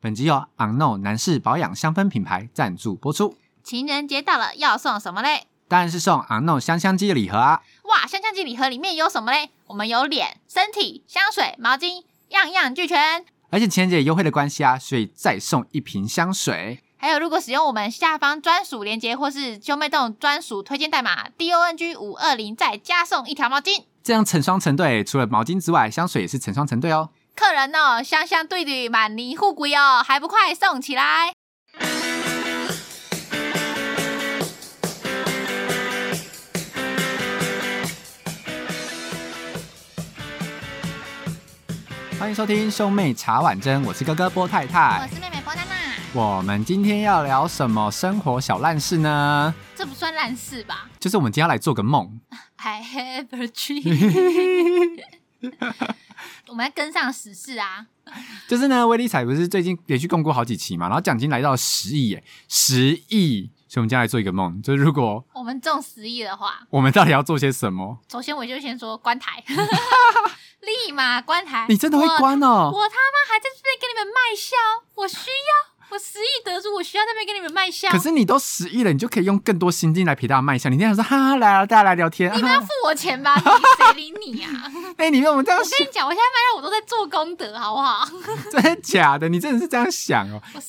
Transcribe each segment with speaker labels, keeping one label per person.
Speaker 1: 本集由 Unknown 男士保养香氛品牌赞助播出，
Speaker 2: 情人节到了，要送什么嘞？
Speaker 1: 当然是送 Unknown 香香机的礼盒啊！
Speaker 2: 哇，香香机礼盒里面有什么嘞？我们有脸、身体、香水、毛巾，样样俱全。
Speaker 1: 而且情人节优惠的关系啊，所以再送一瓶香水。
Speaker 2: 还有，如果使用我们下方专属链接或是兄妹洞专属推荐代码 D O N G 五二零，再加送一条毛巾。
Speaker 1: 这样成双成对，除了毛巾之外，香水也是成双成对哦。
Speaker 2: 客人哦，香香对对，满泥护龟哦，还不快送起来！
Speaker 1: 欢迎收听兄妹茶碗蒸，我是哥哥波太
Speaker 2: 我
Speaker 1: 太。
Speaker 2: 是妹妹波娜娜，
Speaker 1: 我们今天要聊什么生活小烂事呢？
Speaker 2: 这不算烂事吧
Speaker 1: 就是我们今天要来做个 梦。
Speaker 2: ？I have a dream。我们要跟上时事啊！
Speaker 1: 就是呢，威力彩不是最近连续共估好几期嘛，然后奖金来到十亿耶，十亿！所以我们今天来做一个梦，就是如果
Speaker 2: 我们中十亿的话，
Speaker 1: 我们到底要做些什么？
Speaker 2: 首先我就先说关 台，立马关台。
Speaker 1: 你真的会关哦、
Speaker 2: 我？我他妈还在这边跟你们卖笑，我需要，我十亿得主，我需要在那边跟你们卖笑。
Speaker 1: 可是你都十亿了，你就可以用更多心境来陪大家卖相。你这样说，哈哈，来啊，大家来聊天。
Speaker 2: 你们
Speaker 1: 啊
Speaker 2: 要
Speaker 1: 哈
Speaker 2: 付我 钱吧？你谁理你啊？
Speaker 1: 哎、你们我们这样
Speaker 2: 我跟你讲，我现在卖药我都在做功德，好不好？
Speaker 1: 想， 真的假的？你真的是这样想哦、
Speaker 2: 我是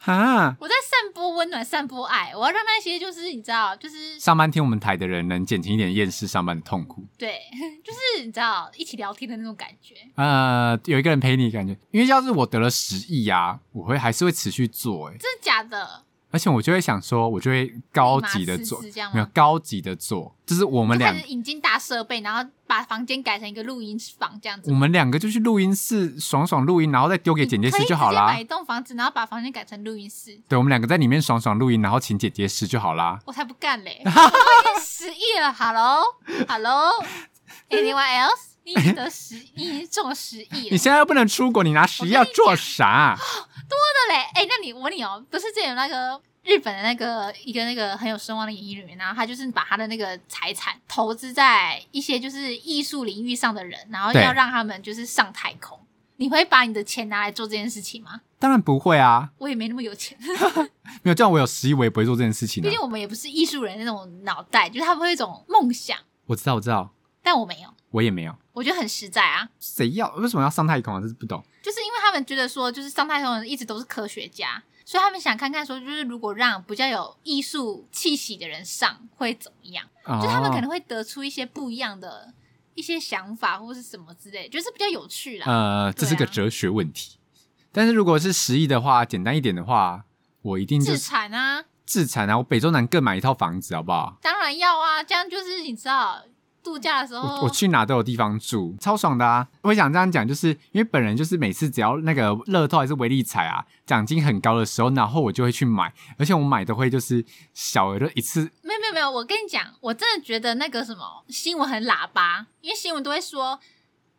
Speaker 1: 哈，
Speaker 2: 我在散播温暖，散播爱。我要让那些就是你知道，就是
Speaker 1: 上班听我们台的人能减轻一点厌世上班的痛苦。
Speaker 2: 对， 就是你知道一起聊天的那种感觉。
Speaker 1: 呃，有一个人陪你，感觉，因为要是我得了十亿啊，我会还是会持续做、欸，
Speaker 2: 真的假的？
Speaker 1: 而且我就会想说，我就会高级的做
Speaker 2: 立马辞职这样，吗
Speaker 1: 没有高级的做，就是我们
Speaker 2: 就
Speaker 1: 两
Speaker 2: 开始引进大设备，然后把房间改成一个录音房这样子
Speaker 1: 我。们两个就去录音室爽爽录音，然后再丢给剪接
Speaker 2: 你可
Speaker 1: 师
Speaker 2: 以
Speaker 1: 就好
Speaker 2: 直接
Speaker 1: 啦
Speaker 2: 买一。栋房子，然后把房间改成录音室，
Speaker 1: 对，我们两个在里面爽爽录音，然后请剪接师就好啦。
Speaker 2: 我才不 干嘞！我已经十亿了，Hello，Hello，Anyone else？你已经得十亿，你已经中了十亿
Speaker 1: 你
Speaker 2: 了。
Speaker 1: 现在又不能出国，你拿十亿要做啥？
Speaker 2: 对嘞，哎、那你我问你哦，不是之前有那个日本的那个一个那个很有声望的演艺人员，然后他就是把他的那个财产投资在一些就是艺术领域上的人，然后
Speaker 1: 对
Speaker 2: 要让他们就是上太空。你会把你的钱拿来做这件事情吗？
Speaker 1: 当然不会啊，
Speaker 2: 我也没那么有钱，
Speaker 1: 没有这样我有十亿，我也不会做这件事情、啊
Speaker 2: 毕。竟我们也不是艺术人那种脑袋，就是他们会有一种梦想，
Speaker 1: 我知道，我知道，
Speaker 2: 但我没有，
Speaker 1: 我也没有。
Speaker 2: 我觉得很实在啊。
Speaker 1: 谁要为什么要上太空啊？这是不懂。
Speaker 2: 就是因为他们觉得说，就是上太空的人一直都是科学家，所以他们想看看说，就是如果让比较有艺术气息的人上会怎么样，
Speaker 1: 哦
Speaker 2: 就他们可能会得出一些不一样的一些想法或是什么之类，就是比较有趣啦。
Speaker 1: 呃，这是个
Speaker 2: 对啊
Speaker 1: 哲学问题。但是如果是十亿的话，简单一点的话，我一定就
Speaker 2: 自
Speaker 1: 是
Speaker 2: 产啊，
Speaker 1: 自产啊，我北中南各买一套房子，好不好？
Speaker 2: 当然要啊，这样就是你知道度假的时
Speaker 1: 我
Speaker 2: 候
Speaker 1: 我，去哪都有地方住，超爽的啊！我想这样讲，就是因为本人就是每次只要那个乐透还是威力彩啊，奖金很高的时候，然后我就会去买，而且我买都会就是小额，就一次
Speaker 2: 没有没有没有，我跟你讲，我真的觉得那个什么新闻很喇叭，因为新闻都会说，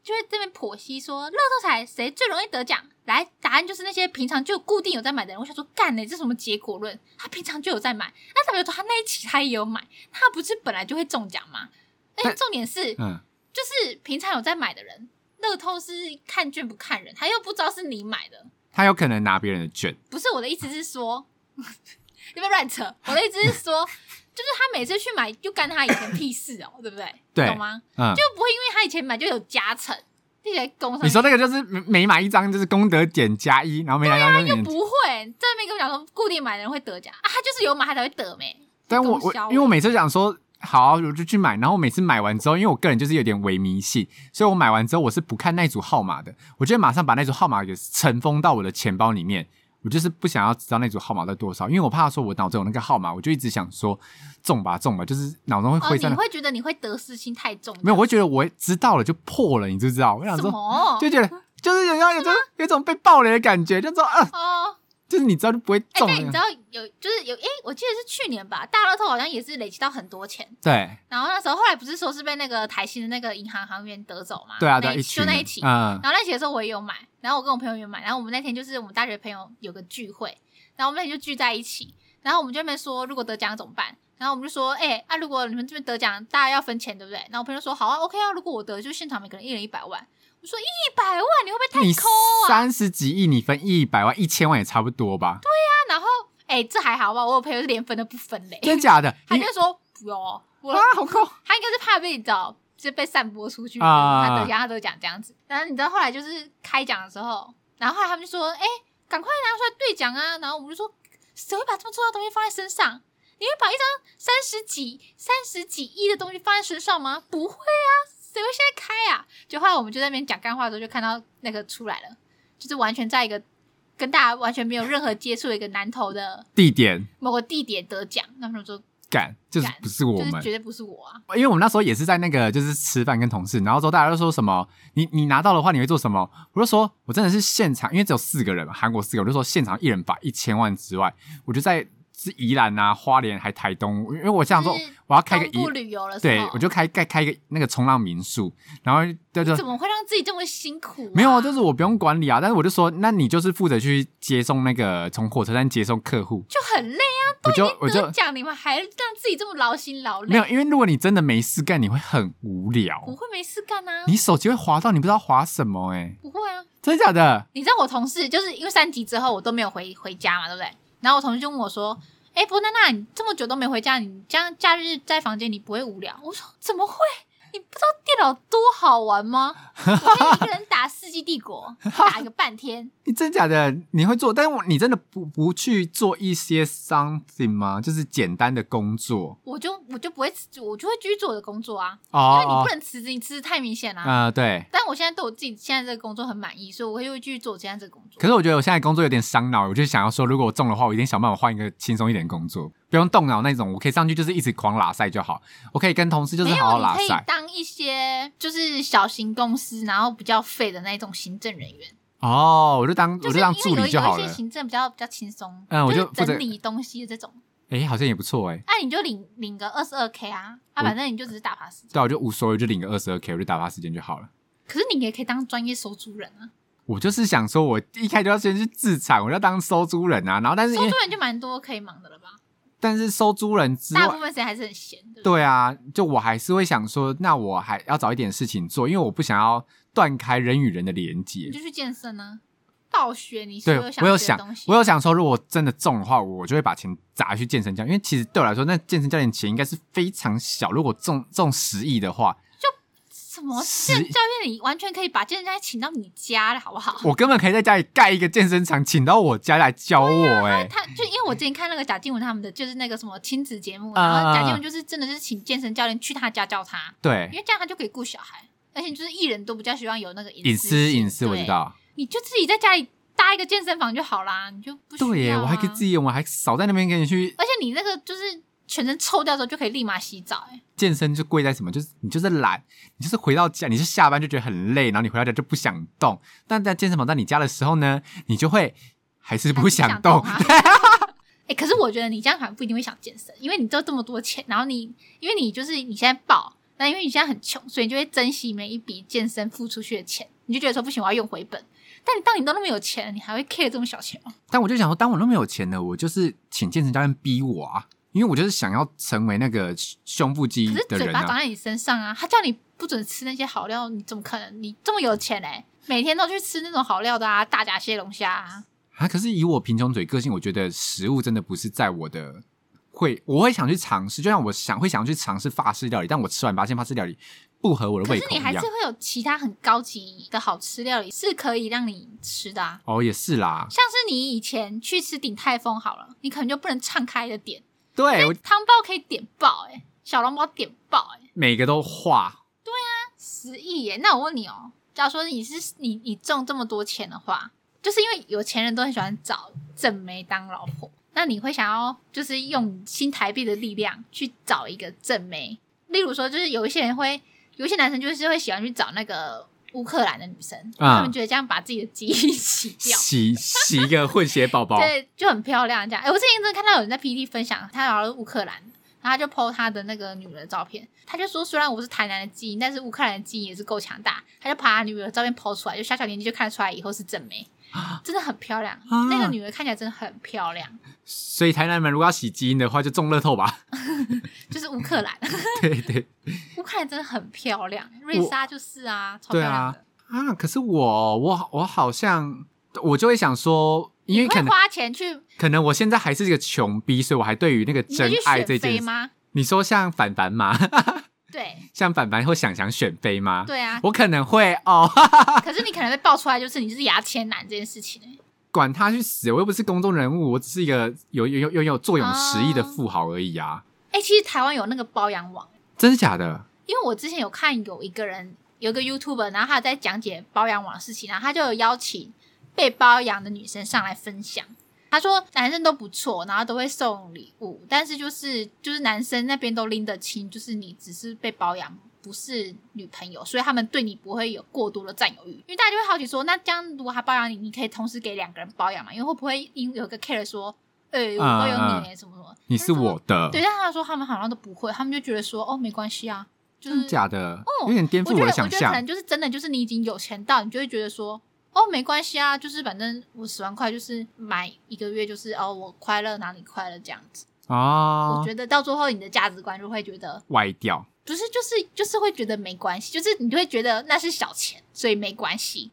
Speaker 2: 就会这边剖析说乐透彩谁最容易得奖，来答案就是那些平常就固定有在买的人。我想说，干呢、这什么结果论？他平常就有在买，那代表说他那一期他也有买，那他不是本来就会中奖吗？而且
Speaker 1: 但
Speaker 2: 重点是，
Speaker 1: 嗯，
Speaker 2: 就是平常有在买的人，乐透是看券不看人，他又不知道是你买的，
Speaker 1: 他有可能拿别人的券，
Speaker 2: 不是我的意思是说， 你不要乱扯。我的意思是说， 就是他每次去买就干他以前屁事哦， 对不对？
Speaker 1: 对
Speaker 2: 懂吗？
Speaker 1: 嗯，
Speaker 2: 就不会因为他以前买就有加成，那些工商
Speaker 1: 你说那个就是每每买一张就是功德点加一，然后每买一张就是点
Speaker 2: 啊不会，这边跟我讲说固定买的人会得奖啊，他就是有买他才会得没。
Speaker 1: 但我
Speaker 2: 供
Speaker 1: 我
Speaker 2: 销
Speaker 1: 因为我每次想说好啊，我就去买，然后我每次买完之后，因为我个人就是有点萎迷信，所以我买完之后我是不看那组号码的，我就会马上把那组号码给尘封到我的钱包里面。我就是不想要知道那组号码在多少，因为我怕说我脑中有那个号码，我就一直想说中吧中吧，就是脑中会
Speaker 2: 哦，
Speaker 1: 挥
Speaker 2: 你
Speaker 1: 散的。
Speaker 2: 会觉得你会得失心太重，
Speaker 1: 没有，我会觉得我知道了就破了，你知不知道？我想
Speaker 2: 什
Speaker 1: 说，
Speaker 2: 么？
Speaker 1: 就觉得就是有有有种有种被暴雷的感觉，就说啊，
Speaker 2: 哦，
Speaker 1: 就是你知道就不会
Speaker 2: 哎、
Speaker 1: 中
Speaker 2: 但你
Speaker 1: 了。
Speaker 2: 知道有就是有哎、我记得是去年吧，大乐透好像也是累积到很多钱，
Speaker 1: 对
Speaker 2: 然后那时候后来不是说是被那个台新的那个银行行员得走嘛？
Speaker 1: 对啊，
Speaker 2: 那
Speaker 1: 对啊，
Speaker 2: 一
Speaker 1: 群
Speaker 2: 就那一
Speaker 1: 人
Speaker 2: 起，
Speaker 1: 嗯，
Speaker 2: 然后那期的时候我也有买，然后我跟我朋友也有买，然后我们那天就是我们大学朋友有个聚会，然后我们那天就聚在一起，然后我们就在那边说如果得奖怎么办，然后我们就说，哎、啊如果你们这边得奖，大家要分钱对不对？然后我朋友说好啊，OK 啊，如果我得就现场每个人一人一百万，我说一百万，你会不会太
Speaker 1: 你
Speaker 2: 抠啊？
Speaker 1: 三十几亿，你分一百万、一千万也差不多吧？
Speaker 2: 然后哎、这还好吧，我有朋友是连分都不分嘞，
Speaker 1: 真的假的？
Speaker 2: 他
Speaker 1: 你
Speaker 2: 就说不要，我
Speaker 1: 啊，好抠！
Speaker 2: 他应该是怕被你知道，就被散播出去，
Speaker 1: 啊
Speaker 2: 他得奖他得奖这样子。然后你知道后来就是开奖的时候，然后后来他们就说：“哎、赶快拿出来兑奖啊！”然后我们就说：“谁会把这么重要的东西放在身上？你会把一张三十几、三十几亿的东西放在身上吗？不会啊，谁会现在开啊？”就后来我们就在那边讲干话的时候，就看到那个出来了，就是完全在一个跟大家完全没有任何接触的一个南投的
Speaker 1: 地点
Speaker 2: 某个地点得奖，那么说
Speaker 1: 感就是
Speaker 2: 干
Speaker 1: 不是我
Speaker 2: 就是
Speaker 1: 们，
Speaker 2: 绝对不是我啊。
Speaker 1: 因为我们那时候也是在那个就是吃饭跟同事，然后之后大家都说什么，你你拿到的话你会做什么？我就说我真的是现场，因为只有四个人嘛，韩国四个人，我就说现场一人把一千万之外，我就在是宜兰啊、花莲还台东，因为我想说
Speaker 2: 就是
Speaker 1: 我要开个
Speaker 2: 东
Speaker 1: 宜
Speaker 2: 部，旅游了，
Speaker 1: 对我就开开开一个那个冲浪民宿，然后就就
Speaker 2: 怎么会让自己这么辛苦、啊？
Speaker 1: 没有，啊，就是我不用管理啊，但是我就说，那你就是负责去接送那个从火车站接送客户，
Speaker 2: 就很累啊！
Speaker 1: 我就我就
Speaker 2: 得奖你们还让自己这么劳心劳
Speaker 1: 没
Speaker 2: 累
Speaker 1: 有，，因为如果你真的没事干，你会很无
Speaker 2: 我
Speaker 1: 聊，
Speaker 2: 会没事干啊！
Speaker 1: 你手机会滑到你不知道滑什么、欸，
Speaker 2: 不会啊！
Speaker 1: 真的假的？
Speaker 2: 你知道我同事就是因为三级之后我都没有回回家嘛，对不对？然后我同事就问我说：“哎、伯娜娜，你这么久都没回家，你这样假日在房间你不会无聊？”我说：“怎么会？你不知道电脑多好玩吗？我可以一个人打《世纪 帝国》打个半天，
Speaker 1: 你真假的你会做，但是我你真的不不去做一些 something 吗？就是简单的工作
Speaker 2: 我就我就不会辞，我就会继续做我的工作啊，因为你
Speaker 1: 哦
Speaker 2: 不，能辞职，你辞职太明显啊啦、
Speaker 1: 呃，对。
Speaker 2: 但我现在对我自己现在这个工作很满意，所以我会继续做我现在这个工作。
Speaker 1: 可是我觉得我现在工作有点伤脑，我就想要说，如果我中的话，我一定想办法换一个轻松一点的工作，不用动脑那种，我可以上去就是一直狂拉塞就好，我可以跟同事就是
Speaker 2: 没
Speaker 1: 好好
Speaker 2: 有，
Speaker 1: 拉
Speaker 2: 你可以
Speaker 1: 塞
Speaker 2: 当一些就是小型公司，然后比较废的那种行政人员，
Speaker 1: 哦，我就当我
Speaker 2: 就
Speaker 1: 就是当
Speaker 2: 因
Speaker 1: 助
Speaker 2: 为有
Speaker 1: 理就好
Speaker 2: 有一
Speaker 1: 了
Speaker 2: 些，行政比较比较轻松，
Speaker 1: 嗯我
Speaker 2: 就
Speaker 1: 就是负责
Speaker 2: 整理东西的这种，
Speaker 1: 诶，哎好像也不错诶。
Speaker 2: 那、你就领领个二十二 k 啊，啊，
Speaker 1: 我
Speaker 2: 反正你就只是打发时间。
Speaker 1: 对啊，我就无所谓，我就领个二十二 k，我就打发时间就好了。
Speaker 2: 可是你也可以当专业收租人啊，
Speaker 1: 我就是想说，我一开始就要先去自产，我要当收租人啊，然后但是
Speaker 2: 收
Speaker 1: 因为
Speaker 2: 租人就蛮多可以忙的了吧？
Speaker 1: 但是收租人之
Speaker 2: 大
Speaker 1: 外
Speaker 2: 部，分时间还是很闲，对不对？
Speaker 1: 对啊，就我还是会想说，那我还要找一点事情做，因为我不想要断开人与人的连
Speaker 2: 你
Speaker 1: 接。
Speaker 2: 就去健身啊，倒学你所
Speaker 1: 对，我有
Speaker 2: 学的东
Speaker 1: 想，
Speaker 2: 西
Speaker 1: 我，有想说，如果真的中的话，我就会把钱砸去健身教练，因为其实对我来说，那健身教练钱应该是非常小。如果中中十亿的话，
Speaker 2: 什么
Speaker 1: 十
Speaker 2: 健教练，你完全可以把健身教练请到你家了，好不好？
Speaker 1: 我根本可以在家里盖一个健身场，请到我家来教我、 哎、
Speaker 2: 他就因为我之前看那个贾静雯他们的，就是那个什么亲子节目，
Speaker 1: 啊
Speaker 2: 然后贾静雯就是真的就是请健身教练去他家教他，
Speaker 1: 对
Speaker 2: 因，为这样他就可以顾小孩，而且就是艺人都比较喜欢有那个
Speaker 1: 隐私
Speaker 2: 私
Speaker 1: 隐
Speaker 2: 隐
Speaker 1: 私我知，道。
Speaker 2: 对你就自己在家里搭一个健身房就好啦，你就不需要、啊。
Speaker 1: 对耶，我还可以自己用，我还少在那边给你去
Speaker 2: 而且你那个就是全身臭掉之后就可以立马洗澡、哎，
Speaker 1: 健身，就跪在什么，就是你就是懒，你就是回到家，你是下班就觉得很累，然后你回到家就不想动。但在健身房在你家的时候呢，你就会还是不想动。
Speaker 2: 还是不想啊。哎、可是我觉得你这样好像不一定会想健身，因为你都这么多钱，然后你因为你就是你现在爆，那因为你现在很穷，所以你就会珍惜每一笔健身付出去的钱，你就觉得说不行，我要用回本。但你当你都那么有钱了，你还会 care 这种小钱吗？
Speaker 1: 但我就想说，当我那么有钱了，我就是请健身教练逼我啊，因为我就是想要成为那个胸部肌
Speaker 2: 可是
Speaker 1: 的
Speaker 2: 嘴
Speaker 1: 人
Speaker 2: 巴长
Speaker 1: 啊。
Speaker 2: 在你身上啊，他叫你不准吃那些好料，你怎么可能？你这么有钱嘞、每天都去吃那种好料的啊，大闸蟹、龙虾、啊。
Speaker 1: 啊，可是以我贫穷嘴个性，我觉得食物真的不是在我的。会，我会想去尝试，就像我想会想去尝试法式料理，但我吃完发现法式料理不合我的
Speaker 2: 可
Speaker 1: 胃
Speaker 2: 是
Speaker 1: 口一样。
Speaker 2: 你还是会有其他很高级的好吃料理是可以让你吃的啊。
Speaker 1: 哦，也是啦，
Speaker 2: 像是你以前去吃鼎泰丰好了，你可能就不能唱开的点，
Speaker 1: 对哎我
Speaker 2: 汤包可以点爆哎、小笼包点爆哎、
Speaker 1: 每个都 画，
Speaker 2: 十亿耶！那我问你哦，假如说你是你你中这么多钱的话，就是因为有钱人都很喜欢找正妹当老婆，那你会想要就是用新台币的力量去找一个正妹，例如说就是有一些人会，有一些男生就是会喜欢去找那个乌克兰的女生，
Speaker 1: 啊
Speaker 2: 他们觉得这样把自己的记忆洗掉。
Speaker 1: 洗洗一个混血宝宝，
Speaker 2: 对，就很漂亮这样。哎、我之前真的看到有人在 PPT 分享，他好像是乌克兰的，然后他就 PO 他的那个女儿的照片，他就说虽然我是台南的基因，但是乌克兰的基因也是够强大。他就把他女儿的照片 PO 出来，就小小年纪就看得出来以后是正 妹，真的很漂亮。那个女儿看起来真的很漂亮，
Speaker 1: 所以台南人如果要洗基因的话，就中乐透 吧。
Speaker 2: 就是乌克兰，
Speaker 1: 对对
Speaker 2: 乌克兰真的很漂亮，瑞莎就是啊，超漂
Speaker 1: 对
Speaker 2: 亮
Speaker 1: 啊
Speaker 2: 的。，
Speaker 1: 啊，可是我我我好像我就会想说，因为
Speaker 2: 你会
Speaker 1: 可能
Speaker 2: 花钱去，
Speaker 1: 可能我现在还是一个穷逼，所以我还对于那个
Speaker 2: 你会
Speaker 1: 真
Speaker 2: 去
Speaker 1: 爱这
Speaker 2: 选
Speaker 1: 件
Speaker 2: 妃
Speaker 1: 事，
Speaker 2: 吗？
Speaker 1: 你说像凡凡吗？
Speaker 2: 对
Speaker 1: 像凡凡会想想选妃吗？
Speaker 2: 对啊，
Speaker 1: 我可能会哦，
Speaker 2: 可是你可能被爆出来，就是你就是牙签男这件事情、欸。
Speaker 1: 管他去死，我又不是公众人物，我只是一个有有有有有坐拥十亿的富豪而已啊！
Speaker 2: 哎、其实台湾有那个包养网，
Speaker 1: 真的假的？
Speaker 2: 因为我之前有看有一个人有一个 YouTuber，然后他有在讲解包养网的事情，然后他就有邀请被包养的女生上来分享。他说男生都不错，然后都会送礼物，但是就是就是男生那边都拎得清，就是你只是被包养，不是女朋友，所以他们对你不会有过多的占有欲。因为大家就会好奇说，那这样如果他包养你，你可以同时给两个人包养嘛？因为会不会因有一个 care 说，呃、我包养你、欸、什么什么？
Speaker 1: 你是我啊的，
Speaker 2: 对，但他说他们好像都不会，他们就觉得说，哦，没关系啊，就
Speaker 1: 真
Speaker 2: 是
Speaker 1: 的假的？
Speaker 2: 哦
Speaker 1: 有点颠
Speaker 2: 我
Speaker 1: 覆的
Speaker 2: 觉得，我觉
Speaker 1: 想
Speaker 2: 得可
Speaker 1: 象
Speaker 2: 能。就是真的，就是你已经有钱到，你就会觉得说，哦，没关系啊，就是反正我十万块就是买一个月，就是哦，我快乐哪里快乐这样子。我
Speaker 1: 哦，
Speaker 2: 觉得到最后，你的价值观就会觉得，
Speaker 1: 歪掉。
Speaker 2: 不是，就是就是会觉得没关系，就是你就会觉得那是小钱，所以没关系，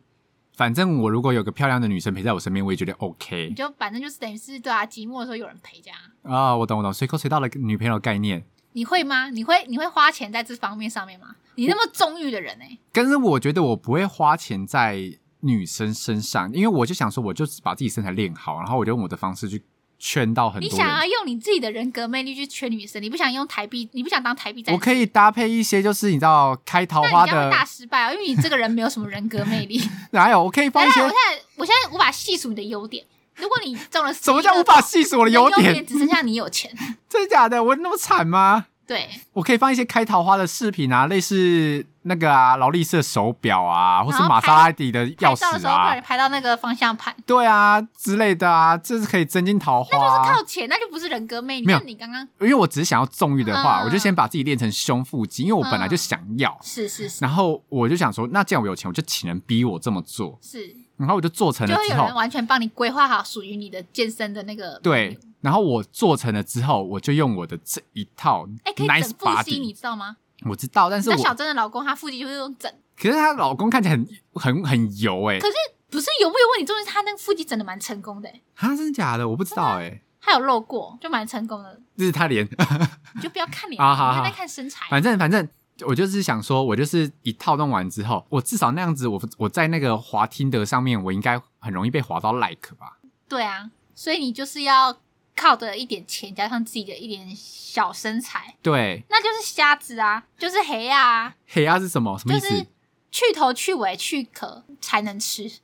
Speaker 1: 反正我如果有个漂亮的女生陪在我身边，我也觉得
Speaker 2: 你
Speaker 1: OK
Speaker 2: 就反正就是等于是对啊，寂寞的时候有人陪这样。
Speaker 1: 啊、我懂我懂，随口随到的女朋友概念。
Speaker 2: 你会吗？你会你会花钱在这方面上面吗？你那么纵欲的人哎、
Speaker 1: 但是我觉得我不会花钱在女生身上，因为我就想说，我就是把自己身材练好，然后我就用我的方式去圈到很
Speaker 2: 你
Speaker 1: 多
Speaker 2: 想要
Speaker 1: 人。
Speaker 2: 用你自己的人格魅力去圈女生，你不想用台币，你不想当台币战
Speaker 1: 我
Speaker 2: 士
Speaker 1: 可以搭配一些，就是你知道开桃
Speaker 2: 那你
Speaker 1: 花
Speaker 2: 这样会
Speaker 1: 的，
Speaker 2: 大失败啊，因为你这个人没有什么人格魅力。
Speaker 1: 哪有？我可以
Speaker 2: 来
Speaker 1: 放一
Speaker 2: 来，
Speaker 1: 些
Speaker 2: 我现在我现在无法细数你的优点。如果你中了11乐
Speaker 1: 什
Speaker 2: 透，
Speaker 1: 么叫无法细数我的优
Speaker 2: 你的优
Speaker 1: 点？
Speaker 2: 点只剩下你有钱。
Speaker 1: 真的假的？我那么惨吗？
Speaker 2: 对，
Speaker 1: 我可以放一些开桃花的饰品啊，类似那个啊劳力士的手表啊，或是
Speaker 2: 然后
Speaker 1: 玛
Speaker 2: 拍
Speaker 1: 莎拉蒂的钥
Speaker 2: 拍照的
Speaker 1: 匙
Speaker 2: 时候不
Speaker 1: 啊
Speaker 2: 然，拍到那个方向盘，
Speaker 1: 对啊之类的啊，这是可以增进桃花、
Speaker 2: 就是
Speaker 1: 啊。
Speaker 2: 靠钱，那就不是人格魅力。
Speaker 1: 没有
Speaker 2: 那你刚刚
Speaker 1: 因为我只是想要纵欲的话，
Speaker 2: 嗯
Speaker 1: 我就先把自己练成胸腹肌，因为我本来就想要。
Speaker 2: 是是是
Speaker 1: 然后我就想说，那既然我有钱，我就请人逼我这么做。
Speaker 2: 是，
Speaker 1: 然后我就做成
Speaker 2: 就
Speaker 1: 了
Speaker 2: 会
Speaker 1: 之
Speaker 2: 有人
Speaker 1: 后，
Speaker 2: 完全帮你规划好属于你的健身的那个。
Speaker 1: 对，然后我做成了之后，我就用我的这一套
Speaker 2: 哎，可以
Speaker 1: nice
Speaker 2: 整腹肌，你
Speaker 1: body，
Speaker 2: 知道吗？
Speaker 1: 我知道，但是
Speaker 2: 那
Speaker 1: 我
Speaker 2: 小珍的老公他腹肌就是用整，
Speaker 1: 可是她老公看起来很很很油哎、
Speaker 2: 可是不是有没有问题？重点是他那个腹肌整的蛮成功的欸，
Speaker 1: 啊，真的假的？我不知道哎、
Speaker 2: 他有露过，就蛮成功的。
Speaker 1: 这是他脸，
Speaker 2: 哎你就不要看脸，
Speaker 1: 啊好
Speaker 2: 你
Speaker 1: 好
Speaker 2: 在看身材。
Speaker 1: 反正反正。我就是想说，我就是一套弄完之后，我至少那样子我，我在那个滑听得上面，我应该很容易被滑到 like 吧？
Speaker 2: 对啊，所以你就是要靠着一点钱，加上自己的一点小身材，
Speaker 1: 对，
Speaker 2: 那就是瞎子啊，就是黑啊，
Speaker 1: 黑鸭是什么？什么
Speaker 2: 就
Speaker 1: 意思？
Speaker 2: 是去头去尾去壳才能吃，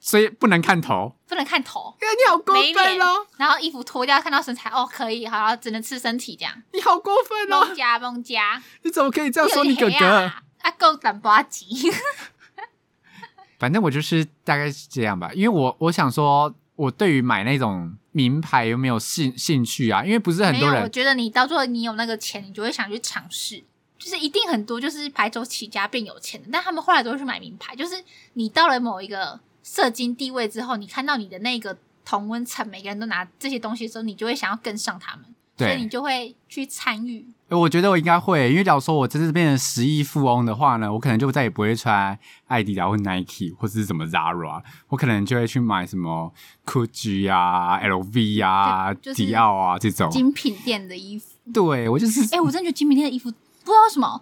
Speaker 1: 所以不能看头。
Speaker 2: 不能看头。
Speaker 1: 哎，你好过
Speaker 2: 没
Speaker 1: 分
Speaker 2: 脸
Speaker 1: 哦！，
Speaker 2: 然后衣服脱掉，看到身材哦，可以，好，只能吃身体这样。
Speaker 1: 你好过分
Speaker 2: 孟
Speaker 1: 哦！
Speaker 2: 加孟加，
Speaker 1: 你怎么可以这样说你
Speaker 2: 又
Speaker 1: 哥
Speaker 2: 是黑
Speaker 1: 哥？
Speaker 2: 啊，啊够胆巴急，
Speaker 1: 反正我就是大概是这样吧，因为我我想说，我对于买那种名牌有没有兴兴趣啊？因为不是很
Speaker 2: 没有，
Speaker 1: 多
Speaker 2: 我
Speaker 1: 人
Speaker 2: 觉得你到最后你有那个钱，你就会想去尝试。就是一定很多就是白手起家变有钱的，但他们后来都会去买名牌。就是你到了某一个社经地位之后，你看到你的那个同温层每个人都拿这些东西的时候，你就会想要跟上他们，所以你
Speaker 1: 对，
Speaker 2: 就会去参与。
Speaker 1: 我觉得我应该会，因为假如说我真是变成十亿富翁的话呢，我可能就再也不会穿艾迪达或 Nike 或是什么 Zara，我可能就会去买什么 Gucci 啊、LV 啊、
Speaker 2: 就就是
Speaker 1: 迪奥啊这种。
Speaker 2: 精品店的衣服，
Speaker 1: 对我就是
Speaker 2: 哎、我真的觉得精品店的衣服不知道为什么，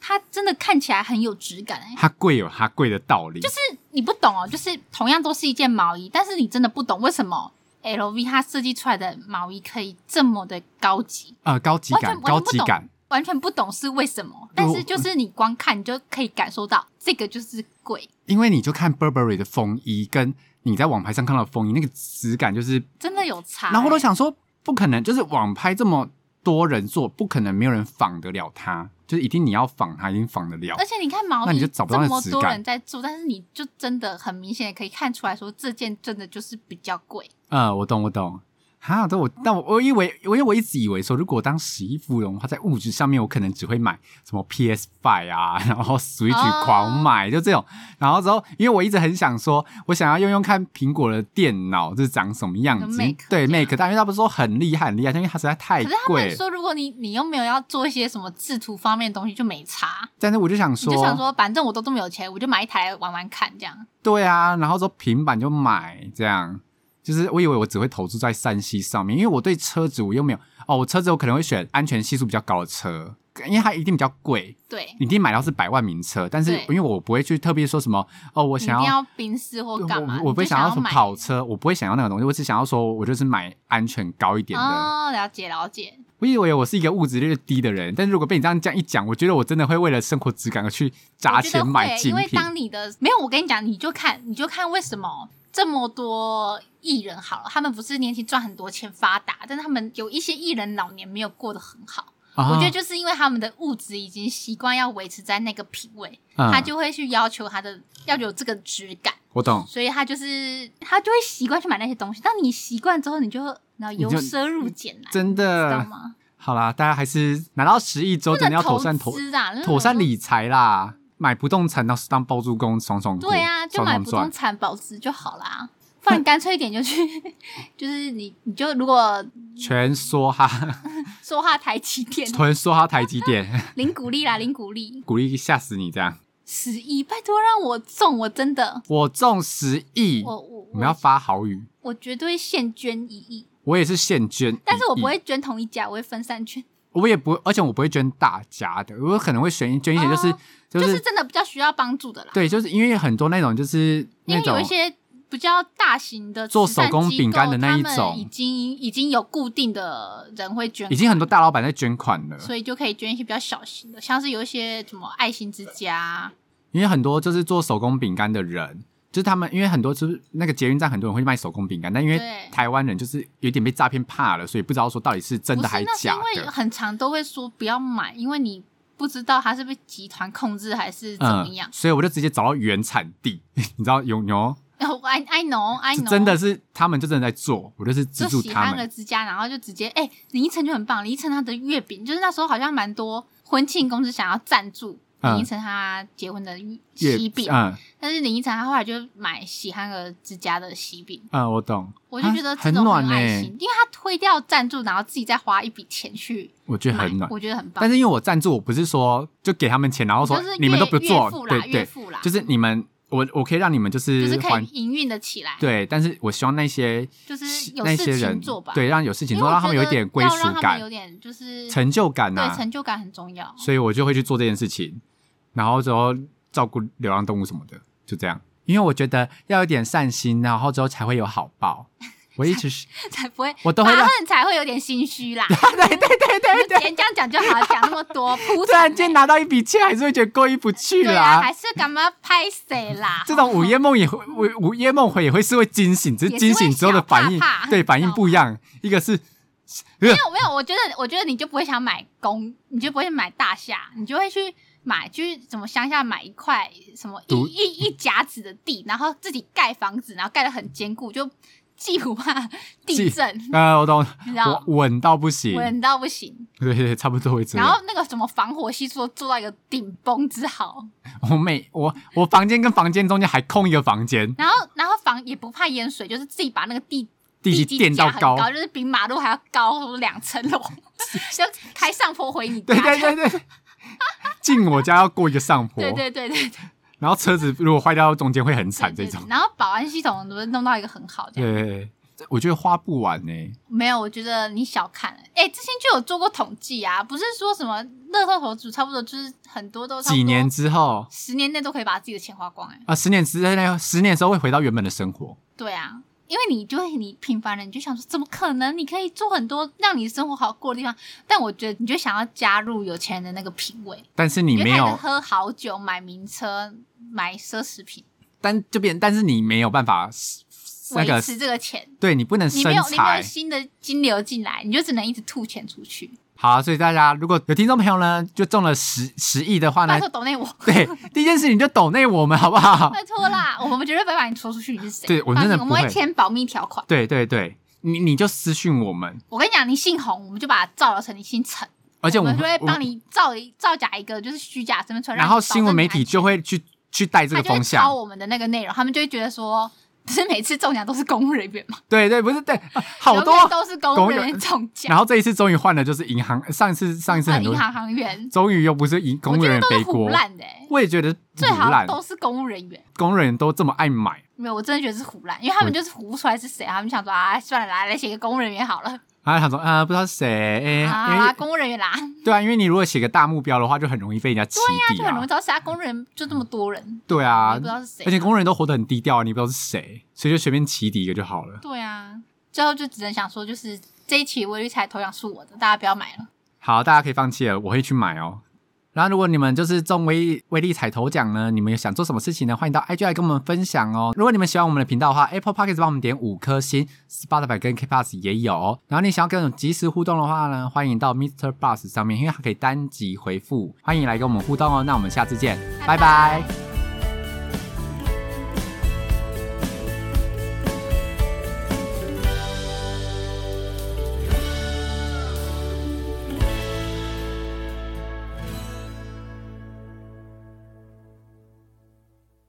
Speaker 2: 它真的看起来很有质感、哎，
Speaker 1: 它贵有它贵的道理，就是
Speaker 2: 你不懂哦，就是同样都是一件毛衣，但是你真的不懂为什么 LV 它设计出来的毛衣可以这么的高级。
Speaker 1: 呃高级
Speaker 2: 完
Speaker 1: 感，
Speaker 2: 全
Speaker 1: 高级
Speaker 2: 完全不懂
Speaker 1: 感。
Speaker 2: 完全不懂是为什么，但是就是你光看，你就可以感受到这个就是贵，
Speaker 1: 因为你就看 Burberry 的风衣，跟你在网拍上看到的风衣那个质感，就是，
Speaker 2: 真的有差、欸
Speaker 1: 然后我都，想说，不可能，就是网拍这么多人做，不可能没有人仿得了它，就是一定你要仿它，一定仿得了
Speaker 2: 而。且你看毛
Speaker 1: 那
Speaker 2: 衣，
Speaker 1: 你就找不到那
Speaker 2: 这
Speaker 1: 个
Speaker 2: 么
Speaker 1: 质
Speaker 2: 多
Speaker 1: 感
Speaker 2: 人在做，但是你就真的很明显的可以看出来说，这件真的就是比较贵。
Speaker 1: 啊嗯，我懂，我懂。哈，但我但我我以为，因为我一直以为说，如果我当十亿富翁的话，在物质上面，我可能只会买什么 PS Five 啊，然后 Switch
Speaker 2: 哦
Speaker 1: 狂买，就这种。然后之后，因为我一直很想说，我想要用用看苹果的电脑是长什么样
Speaker 2: 跟
Speaker 1: 子
Speaker 2: Mac，
Speaker 1: 对
Speaker 2: 这样
Speaker 1: Make，但因为他们说很厉害很厉害，但因为它实在太
Speaker 2: 可是他
Speaker 1: 贵
Speaker 2: 们。说，如果你你又没有要做一些什么制图方面的东西，就没差。
Speaker 1: 但是我就想
Speaker 2: 你
Speaker 1: 说，
Speaker 2: 就想说，反正我都这么有钱，我就买一台玩玩看，这样。
Speaker 1: 对啊，然后说平板就买，这样就是我以为我只会投资在山西上面，因为我对车子我又没有哦，我车子我可能会选安全系数比较高的车，因为它一定比较贵，
Speaker 2: 对，
Speaker 1: 你一定买到是百万名车，但是
Speaker 2: 对
Speaker 1: 因为我不会去特别说什么哦，我
Speaker 2: 我
Speaker 1: 想
Speaker 2: 一定
Speaker 1: 要。
Speaker 2: 要冰丝或
Speaker 1: 我
Speaker 2: 干嘛？
Speaker 1: 我我不会
Speaker 2: 你就想
Speaker 1: 要什么
Speaker 2: 买
Speaker 1: 跑车，我不会想要那个东西，我只想要说，我就是买安全高一点的。
Speaker 2: 哦，了解了解。
Speaker 1: 我以为我是一个物质率低的人，但是如果被你这样这样一讲，我觉得我真的会为了生活质感而去砸
Speaker 2: 我觉得
Speaker 1: 钱
Speaker 2: 会，
Speaker 1: 买精
Speaker 2: 因为
Speaker 1: 品。
Speaker 2: 当你的没有，我跟你讲，你就看，你就看为什么这么多艺人好了，他们不是年轻赚很多钱发达，但是他们有一些艺人老年没有过得很好。
Speaker 1: 啊
Speaker 2: 我觉得就是因为他们的物质已经习惯要维持在那个品味，
Speaker 1: 嗯
Speaker 2: 他就会去要求他的要有这个质感，
Speaker 1: 我懂，
Speaker 2: 所以他就是他就会习惯去买那些东西。当你习惯之后，你就然后由
Speaker 1: 你就
Speaker 2: 奢入俭难，
Speaker 1: 真
Speaker 2: 知
Speaker 1: 的
Speaker 2: 道吗？
Speaker 1: 好啦，大家还是拿到十亿之后，
Speaker 2: 不
Speaker 1: 真的要
Speaker 2: 能
Speaker 1: 妥
Speaker 2: 投
Speaker 1: 善妥
Speaker 2: 资啊，那
Speaker 1: 妥善
Speaker 2: 种
Speaker 1: 理财啦，买不动产当当包租公爽爽过
Speaker 2: 对啊，就
Speaker 1: 爽
Speaker 2: 买
Speaker 1: 爽
Speaker 2: 不动
Speaker 1: 赚。
Speaker 2: 产保值就好啦。不然干脆一点就去， 就是你你就如果
Speaker 1: 全说哈，
Speaker 2: 说话台积电，
Speaker 1: 全说哈台积电，
Speaker 2: 零鼓励啦，零鼓励，
Speaker 1: 鼓励吓死你这样。
Speaker 2: 十亿，拜托让我中，我真的，
Speaker 1: 我中十亿，
Speaker 2: 我我
Speaker 1: 我们要
Speaker 2: 我
Speaker 1: 发好语，
Speaker 2: 我绝对现捐一亿，
Speaker 1: 我也是现捐，
Speaker 2: 但是我不，会捐同一家，我会分散捐，
Speaker 1: 我也不，而且我不会捐大家的，我可能会选一捐一些，就是、
Speaker 2: 哦
Speaker 1: 就
Speaker 2: 就是
Speaker 1: 是
Speaker 2: 真的比较需要帮助的啦。
Speaker 1: 对，就是因为很多那种就是那
Speaker 2: 因为有
Speaker 1: 种
Speaker 2: 一些比较大型的
Speaker 1: 做
Speaker 2: 慈善
Speaker 1: 手工
Speaker 2: 机
Speaker 1: 饼干的
Speaker 2: 构
Speaker 1: 那一
Speaker 2: 他们
Speaker 1: 种
Speaker 2: 已经已经有固定的人会捐
Speaker 1: 已经很多大老板在捐款了，
Speaker 2: 所以就可以捐一些比较小型的，像是有一些什么爱心之家，啊
Speaker 1: 因为很多就是做手工饼干的人，就是他们，因为很多就是那个捷运站很多人会卖手工饼干，但因为
Speaker 2: 对
Speaker 1: 台湾人就是有点被诈骗怕了，所以不知道说到底是真
Speaker 2: 不
Speaker 1: 的
Speaker 2: 是
Speaker 1: 还
Speaker 2: 那是
Speaker 1: 假
Speaker 2: 因为
Speaker 1: 的。
Speaker 2: 很常都会说不要买，因为你不知道它是被集团控制还是怎么样。
Speaker 1: 嗯所以我就直接找到原产地， 你知道有牛
Speaker 2: 然后哦 I I know I
Speaker 1: 是
Speaker 2: know，
Speaker 1: 真的是他们就真的在做，我就是资
Speaker 2: 就
Speaker 1: 助
Speaker 2: 喜
Speaker 1: 他
Speaker 2: 欢了
Speaker 1: 们。
Speaker 2: 之家，然后就直接哎、林依晨就很棒，林依晨她的月饼就是那时候好像蛮多婚庆公司想要赞助。
Speaker 1: 嗯
Speaker 2: 林依晨她结婚的
Speaker 1: 月
Speaker 2: 喜饼，
Speaker 1: 嗯
Speaker 2: 但是林依晨她后来就买喜憨儿之家的喜饼，
Speaker 1: 嗯，我懂，
Speaker 2: 我就觉得
Speaker 1: 啊
Speaker 2: 这
Speaker 1: 很
Speaker 2: 种
Speaker 1: 暖
Speaker 2: 有
Speaker 1: 呢、
Speaker 2: 爱心，因为她推掉赞助，然后自己再花一笔钱去
Speaker 1: 我觉得
Speaker 2: 买
Speaker 1: 很暖。
Speaker 2: 我觉得很棒。
Speaker 1: 但是因为我赞助，我不是说就给他们钱，然后说
Speaker 2: 就是
Speaker 1: 你们都不
Speaker 2: 岳
Speaker 1: 做
Speaker 2: 岳父，啦
Speaker 1: 对
Speaker 2: 岳
Speaker 1: 对，
Speaker 2: 父啦，
Speaker 1: 就是你们我我可以让你们就
Speaker 2: 就是是可
Speaker 1: 还
Speaker 2: 以营运的起来，，
Speaker 1: 对，但是我希望那些
Speaker 2: 就是有
Speaker 1: 那些
Speaker 2: 事
Speaker 1: 人
Speaker 2: 情做吧，
Speaker 1: 对，让有事情
Speaker 2: 因为
Speaker 1: 做，
Speaker 2: 我
Speaker 1: 让
Speaker 2: 觉
Speaker 1: 他
Speaker 2: 得
Speaker 1: 们有一点归
Speaker 2: 要
Speaker 1: 属
Speaker 2: 让他们
Speaker 1: 感
Speaker 2: 有、点就是
Speaker 1: 成啊就感呐、
Speaker 2: 对成就感很重要。
Speaker 1: 所以我就会去做这件事情，然后之后照顾流浪动物什么的，就这样。因为我觉得要有点善心，然后之后才会有好报。我一直是，
Speaker 2: 才不会
Speaker 1: 我都会
Speaker 2: 发
Speaker 1: 让。
Speaker 2: 恨才会有点心虚啦。
Speaker 1: 对对对 对对，
Speaker 2: 简这样讲就好了，讲那么 多，铺
Speaker 1: 突然间拿到一笔钱，还是会觉得过意不去
Speaker 2: 对
Speaker 1: 啦。
Speaker 2: 啊，还是干嘛拍谁啦？
Speaker 1: 这种午夜梦也会，午午夜梦回也会是会惊醒，只是
Speaker 2: 也是
Speaker 1: 惊醒之后的
Speaker 2: 会小怕
Speaker 1: 反应，
Speaker 2: 怕
Speaker 1: 对反应不一样。一个是
Speaker 2: 没有没有，我觉得我觉得你就不会想买公，你就不会买大厦，你就会去买去怎么乡下买一块什么一
Speaker 1: 独
Speaker 2: 一一甲子的地，然后自己盖房子，然后盖得很坚固，就既不怕地震，
Speaker 1: 呃，我懂，
Speaker 2: 你知
Speaker 1: 我
Speaker 2: 道，
Speaker 1: 稳到不行，
Speaker 2: 稳到不行。
Speaker 1: 对对，对差不多会这
Speaker 2: 然
Speaker 1: 样。
Speaker 2: 后那个什么防火系数做到一个顶峰之好，
Speaker 1: 我每我我房间跟房间中间还空一个房间，
Speaker 2: 然后然后防也不怕淹水，就是自己把那个地
Speaker 1: 地基
Speaker 2: 基
Speaker 1: 垫到
Speaker 2: 架很
Speaker 1: 高
Speaker 2: 高，，就是比马路还要高两层楼，就开上坡回你家。
Speaker 1: 对对对对，进我家要过一个上坡，
Speaker 2: 对对对对对
Speaker 1: 然后车子如果坏掉中间会很惨这
Speaker 2: 对对
Speaker 1: 种，
Speaker 2: 然后保安系统都弄到一个很好，这样
Speaker 1: 对对对，这我觉得花不完呢、
Speaker 2: 没有，我觉得你小看了。哎，之前就有做过统计啊，不是说什么乐透投注差不多就是很多哦都差不多
Speaker 1: 几年之后
Speaker 2: 十年内都可以把自己的钱花光、哎，
Speaker 1: 啊，十年之内，十年之后会回到原本的生活，
Speaker 2: 对啊。因为你就会你平凡人，你就想说怎么可能？你可以做很多让你生活好过的地方，但我觉得你就想要加入有钱人的那个品味，
Speaker 1: 但是你
Speaker 2: 就
Speaker 1: 没
Speaker 2: 开始
Speaker 1: 有，
Speaker 2: 喝好酒、买名车、买奢侈品，
Speaker 1: 但就变，但是你没有办法那
Speaker 2: 维
Speaker 1: 个，
Speaker 2: 持这个钱。
Speaker 1: 对你不能
Speaker 2: 你
Speaker 1: 生
Speaker 2: 没有，你没有
Speaker 1: 财。
Speaker 2: 新的金流进来，你就只能一直吐钱出去。
Speaker 1: 好，所以大家如果有听众朋友呢，就中了十十亿的话呢
Speaker 2: 拜，托懂内我，
Speaker 1: 对， 第一件事情就抖内我们好不好？
Speaker 2: 拜托啦，我们绝对不会把你说出去你是谁。
Speaker 1: 对我
Speaker 2: 放
Speaker 1: 真的
Speaker 2: 心
Speaker 1: 不
Speaker 2: 我
Speaker 1: 会
Speaker 2: 们会签保密条款。
Speaker 1: 对对对，你你就私讯我们，
Speaker 2: 我跟你讲，你姓洪，我们就把它造谣成你姓陈，
Speaker 1: 而且
Speaker 2: 我
Speaker 1: 我
Speaker 2: 们
Speaker 1: 们
Speaker 2: 就会
Speaker 1: 我
Speaker 2: 帮你造一造假一个就是虚假身份出来，
Speaker 1: 然
Speaker 2: 让
Speaker 1: 后
Speaker 2: 你保
Speaker 1: 新闻
Speaker 2: 证
Speaker 1: 媒
Speaker 2: 你
Speaker 1: 体
Speaker 2: 安全
Speaker 1: 就会去去带这
Speaker 2: 他
Speaker 1: 个
Speaker 2: 就会
Speaker 1: 风
Speaker 2: 抄
Speaker 1: 向，
Speaker 2: 我们的那个内容，他们就会觉得说，不是每次中奖都是公务人员嘛，
Speaker 1: 对对，不是对，啊好
Speaker 2: 永
Speaker 1: 多。
Speaker 2: 远都是公务人员中奖，
Speaker 1: 然后这一次终于换了，就是银行，上一次上一次很
Speaker 2: 呃
Speaker 1: 多
Speaker 2: 银，行行员，
Speaker 1: 终于又不是银公务人员
Speaker 2: 我觉
Speaker 1: 背
Speaker 2: 得都是胡
Speaker 1: 锅，
Speaker 2: 烂的、欸，
Speaker 1: 我也觉得
Speaker 2: 最
Speaker 1: 很
Speaker 2: 好
Speaker 1: 烂，
Speaker 2: 都是公务人员。
Speaker 1: 公务人员都这么爱买
Speaker 2: 没有，我真的觉得是胡烂，因为他们就是胡不出来是谁，他们想说啊，算了啦，来写个公务人员好了，
Speaker 1: 然后他说啊、不知道谁，
Speaker 2: 啊
Speaker 1: 哎因
Speaker 2: 啦，
Speaker 1: 为
Speaker 2: 公务人员啦，
Speaker 1: 对啊，因为你如果写个大目标的话，就很容易被人家起底
Speaker 2: 就很容
Speaker 1: 啊
Speaker 2: 易。知道谁啊，公务人员就这么多人，
Speaker 1: 对啊
Speaker 2: 你不知，道是谁
Speaker 1: 而，且公务人都活得很低调啊，你不知道是谁，所以就随便起底一个就好了。
Speaker 2: 对啊，最后就只能想说，就是这一期微绿彩头奖是我的，大家不要买了，
Speaker 1: 好，大家可以放弃了，我会去买哦。然后，如果你们就是中微微力彩头奖呢，你们有想做什么事情呢？欢迎到 IG 来跟我们分享哦。如果你们喜欢我们的频道的话，Apple Podcast 帮我们点五颗星，Spotify 跟 K Plus 也有哦。然后你想要跟我们及时互动的话呢，欢迎到 Mr. Bus 上面，因为它可以单集回复。欢迎来跟我们互动哦。那我们下次见，拜拜